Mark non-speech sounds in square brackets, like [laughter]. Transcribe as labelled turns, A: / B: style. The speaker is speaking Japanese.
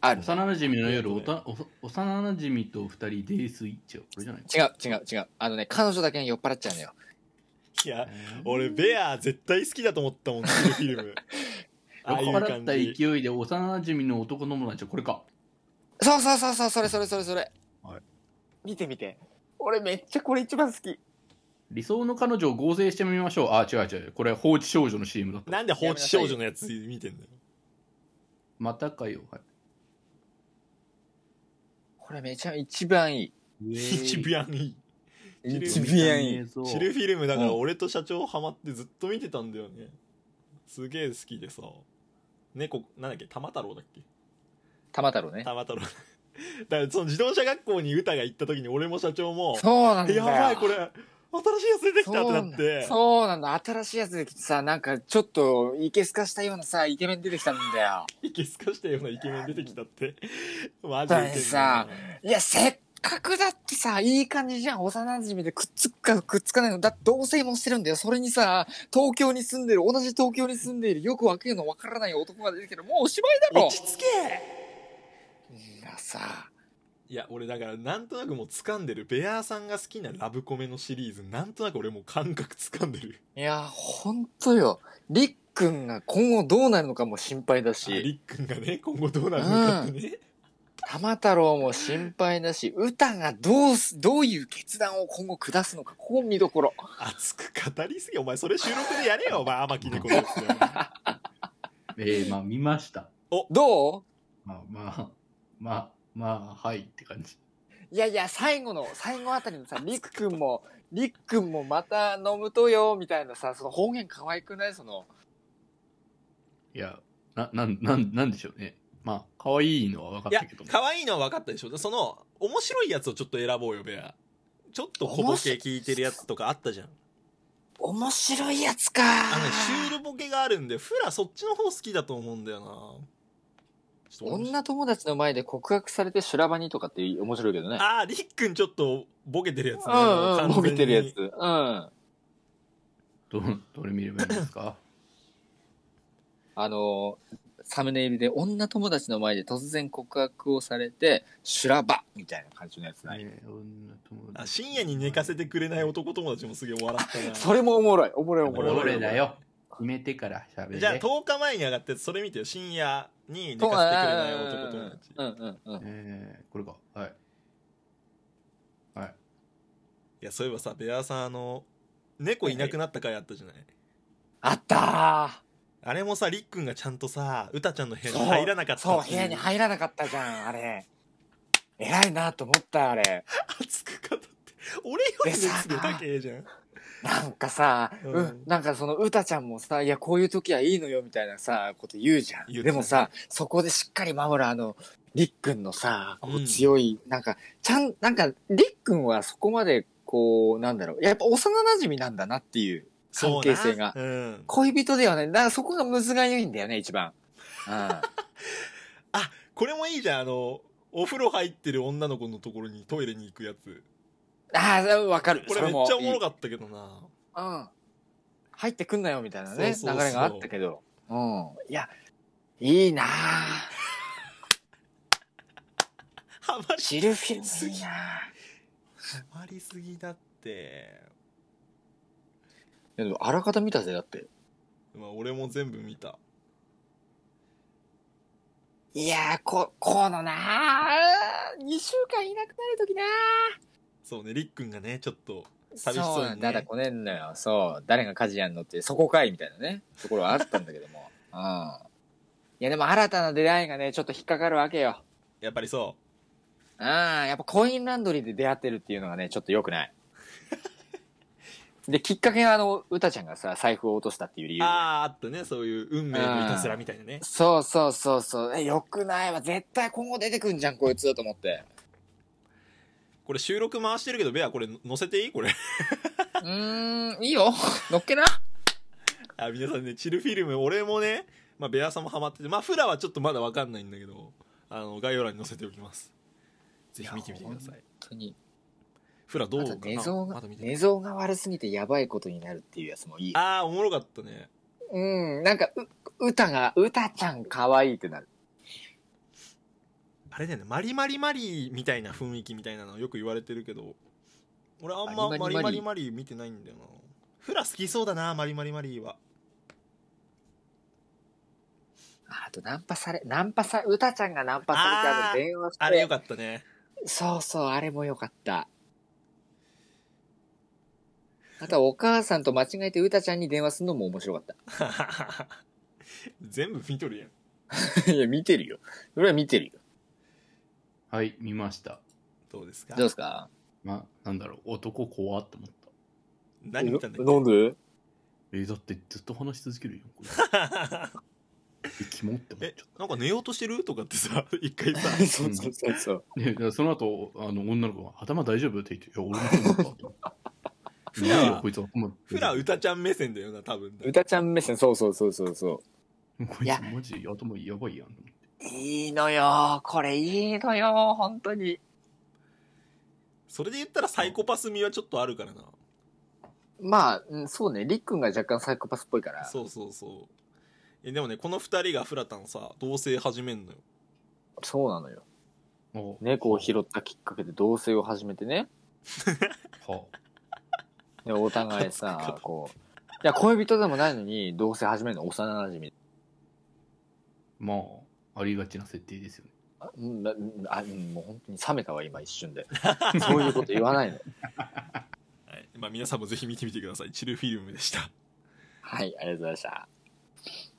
A: ある
B: 幼馴染の夜おたお幼馴染と二人泥酔っちゃうこれじゃない
A: 違う違う違うあのね彼女だけに酔っ払っちゃうのよ
C: いや俺ベア絶対好きだと思ったもんこのフィ
A: [laughs]
C: ルムああ
B: 酔っ
C: いう
B: 払
C: 感
B: った
C: じ
B: 勢いで幼馴染の男友達はこれか
A: そうそうそうそうそれそれそれそれ、
B: はい
A: 見て見て俺めっちゃこれ一番好き
B: 理想の彼女を合成してみましょうあ違う違うこれ放置少女の CM だった
C: なんで放置少女のやつ見てんだよ
B: またかよ、はい
A: これめちゃ一番いい
C: 一番いい一
A: 一
C: 番
A: 番いい
C: チルフィルムだから
A: うん
C: 俺と社長ハマってずっと見てたんだよねすげえ好きでさ猫なんだっけ玉太郎だっけ
A: 玉太郎ね
C: 玉太郎 [laughs] だからその自動車学校に歌が行った時に俺も社長も
A: そうなんだよ
C: やばいこれ新しいやつ出てきたってなって
A: そうなんだ新しいやつできてさなんかちょっといけすかしたようなさイケメン出てきたんだよ
C: イケスカしたようなイケメン出てきたって [laughs] マジで
A: だっ
C: ウケるな
A: てさいやせっかくだってさいい感じじゃん幼馴染でくっつくかくっつかないのだって同棲もしてるんだよそれにさ東京に住んでる同じ東京に住んでいるよくわけのわからない男が出てきてもうおしまいだろ
C: 落ち着け
A: みんなさ
C: いや俺だからなんとなくもう掴んでるベアーさんが好きなラブコメのシリーズなんとなく俺もう感覚掴んでる
A: いやほんとよりっくんが今後どうなるのかも心配だ
C: あ
A: し
C: りっくんがね今後どうなるのかってね、
A: 玉太郎も心配だし歌がどうすどういう決断を今後下すのかここ見どころ
C: 熱く語りすぎお前それ収録でやれ [laughs] よお前天木猫のやつで
B: えー、まあ見ました
A: どう
B: まあまあまあまあはいって感じ
A: いやいや、最後の、最後あたりのさ、りっくんも、りっくんもまた飲むとよ、みたいなさ、その方言可愛くないその、
B: いやななんなんなんでしょうねまあ可愛いのは分か
C: い
B: っ
C: や
B: たけども
C: 可愛いのは分かったでしょその面白いやつをちょっと選ぼうよベアちょっと小ボケ聞いてるやつとかあったじゃん
A: 面白いやつか
C: あのねシュールボケがあるんでフラそっちの方好きだと思うんだよなちょっと面白い
A: 女友達の前で告白されて修羅場にとかって面白いけどね。
C: あありっくんちょっとボケてるやつね
A: うんうん、
C: 完全に
A: ボケてるやつ。うん。
B: どどれ見ればいいんですか
A: あの、サムネイルで女友達の前で突然告白をされて、修羅場みたいな感じのやつない。
B: ね女友達
C: あ深夜に寝かせてくれない男友達もすげえ笑ったな
A: それもおもろい、おもろいおも
B: こ
A: ろ
B: れ
A: い。
B: どれだよ決めてから喋れ
C: じゃあ10日前に上がってそれ見てよ深夜に寝かせてくれない男友達
A: うんうんうん。
B: えー、これかはいはい
C: いやそういえばさベアさんあの猫いなくなった回あったじゃない
A: あったー
C: あれもさりっくんがちゃんとさうたちゃんの部屋
A: そう
C: に入らなかった
A: そう
C: ってい
A: 部屋に入らなかったじゃんあれ偉いなと思ったあれ
C: 熱く語って俺より熱く高えじゃん
A: なんかさ、
C: う
A: うんん、なんかそのうたちゃんもさ「いやこういう時はいいのよ」みたいなさこと言うじゃん
C: 言って
A: でもさそこでしっかり守るあのりっくんのさこ
C: う
A: うん強い、なんかちゃんなんかりっくんはそこまでこうなんだろうやっぱ幼馴染なんだなっていう
C: そう
A: 関
C: な
A: 係性が
C: うん
A: 恋人ではないだからそこがむずがゆいんだよね一番。う
C: [laughs]
A: ん
C: これもいいじゃんあのお風呂入ってる女の子のところにトイレに行くやつ
A: ああ、わかる。
C: これ
A: そ
C: めっ
A: も
C: ちゃお
A: いい
C: もろかったけどな
A: うん。入ってくんなよみたいなね、
C: そうそうそう
A: 流れがあったけど。うん。いや、いいなぁ。
C: ハマり
A: シルフィルムいいなぁ。
C: ハマりすぎだって
A: いやでもあらかた見たぜ、だって。
C: まあ俺も全部見た
A: いやー、こ、このなぁ、2週間いなくなるときな
C: そうねりっくんがねちょっと
A: ぁ。
C: 寂しそうにね
A: なんだ、だこねんのよ。そう。誰が家事やんのって、そこかいみたいなね、ところはあったんだけども。うん。いや、でも新たな出会いがね、ちょっと引っかかるわけよ。
C: やっぱりそう
A: うん。やっぱコインランドリーで出会ってるっていうのがね、ちょっと良く
C: [laughs]
A: ない。で、きっかけがあの、うたちゃんがさ、財布を落としたっていう理由。
C: あああったねそういう運命のいたずらみたいなね
A: そうそうそうそう。え、良くないわ。絶対今後出てくんじゃん、こいつだと思って。
C: これ収録回してるけどベアこれ載せていい [laughs] これ
A: うーん、いいよ。 [laughs] 乗っけな。
C: あ皆さんねチルフィルム俺もね、まあ、ベアさんもハマっててまあフラはちょっとまだわかんないんだけどあの概要欄に載せておきますぜひ見てみてください
A: 本当に。
C: フラど
A: あ
C: う
A: と
C: か
A: 寝
C: な
A: 相
C: ま
A: が、
C: だ見てない
A: 寝相が悪すぎてやばいことになるっていうやつもいい。
C: ああおもろかったね
A: うん、なんか、う、歌が、歌ちゃん可愛いってなる。
C: あれだよねマリマリマリーみたいな雰囲気みたいなのよく言われてるけど俺あんまマ
A: マリ
C: リ
A: マリ
C: マ
A: マリ
C: リマリー見てないんだよなフラ好きそうだなマリマリマリーは
A: あと、ナンパされ、ナンパさ、歌ちゃんがナンパされてあの電話して。
C: あれよかったね [laughs]
A: そうそう、あれもよかった。あとはお母さんと間違えて歌ちゃんに電話するのも面白かっ
C: 全部見とるやん
A: た。 [laughs] いや、見てるよ。俺は見てるよ。
B: はい、見ました。
C: どうですか
A: どうですか
B: まあ、なんだろう、男怖って思った。
C: 何見たんだっ
A: なんで
B: えーだってずっと話し続けるよ、こ [laughs] れ。
C: け
B: えキモって思っ
C: え
B: ちゃっ
C: なんか寝ようとしてるとかってさ [laughs] 一回さ
A: そうそうそうそう。
B: た。で、だからその後、あの、女の子が、頭大丈夫って言って、いや、俺もそう思ったと思って。
C: フ
B: [laughs] い
C: ラ
B: やいや、こいつ頭。
C: フラ歌ちゃん目線だよな多分
A: 歌ちゃん目線、 [laughs] そうそうそうそうそ
B: こい
A: い
B: つ
A: や
B: マジ頭やばいやん。
A: う。いいのよ。これいいのよ。本当に。
C: それで言ったらサイコパス味はちょっとあるからな
A: まあ、うんそうね。りっくんが若干サイコパスっぽいから。
C: そうそうそうえでもねこの2人がフラタンさ同棲始めんのよ
A: そうなのよ。
B: お
A: 猫を拾ったきっかけで同棲を始めてね。
B: は
A: で、お互い
C: 勝つ [laughs]
A: さ
C: か、
A: こう。いや、恋人でもないのに、同棲始めるの幼馴染み。
B: まあ、ありがちな設定ですよね。
A: うんなうんあ、うんもう本当に冷めたわ、今一瞬で。そういうこと言わないの。
C: はいまあ、皆さんもぜひ見てみてください。チルフィルムでした。
A: はい、ありがとうございました。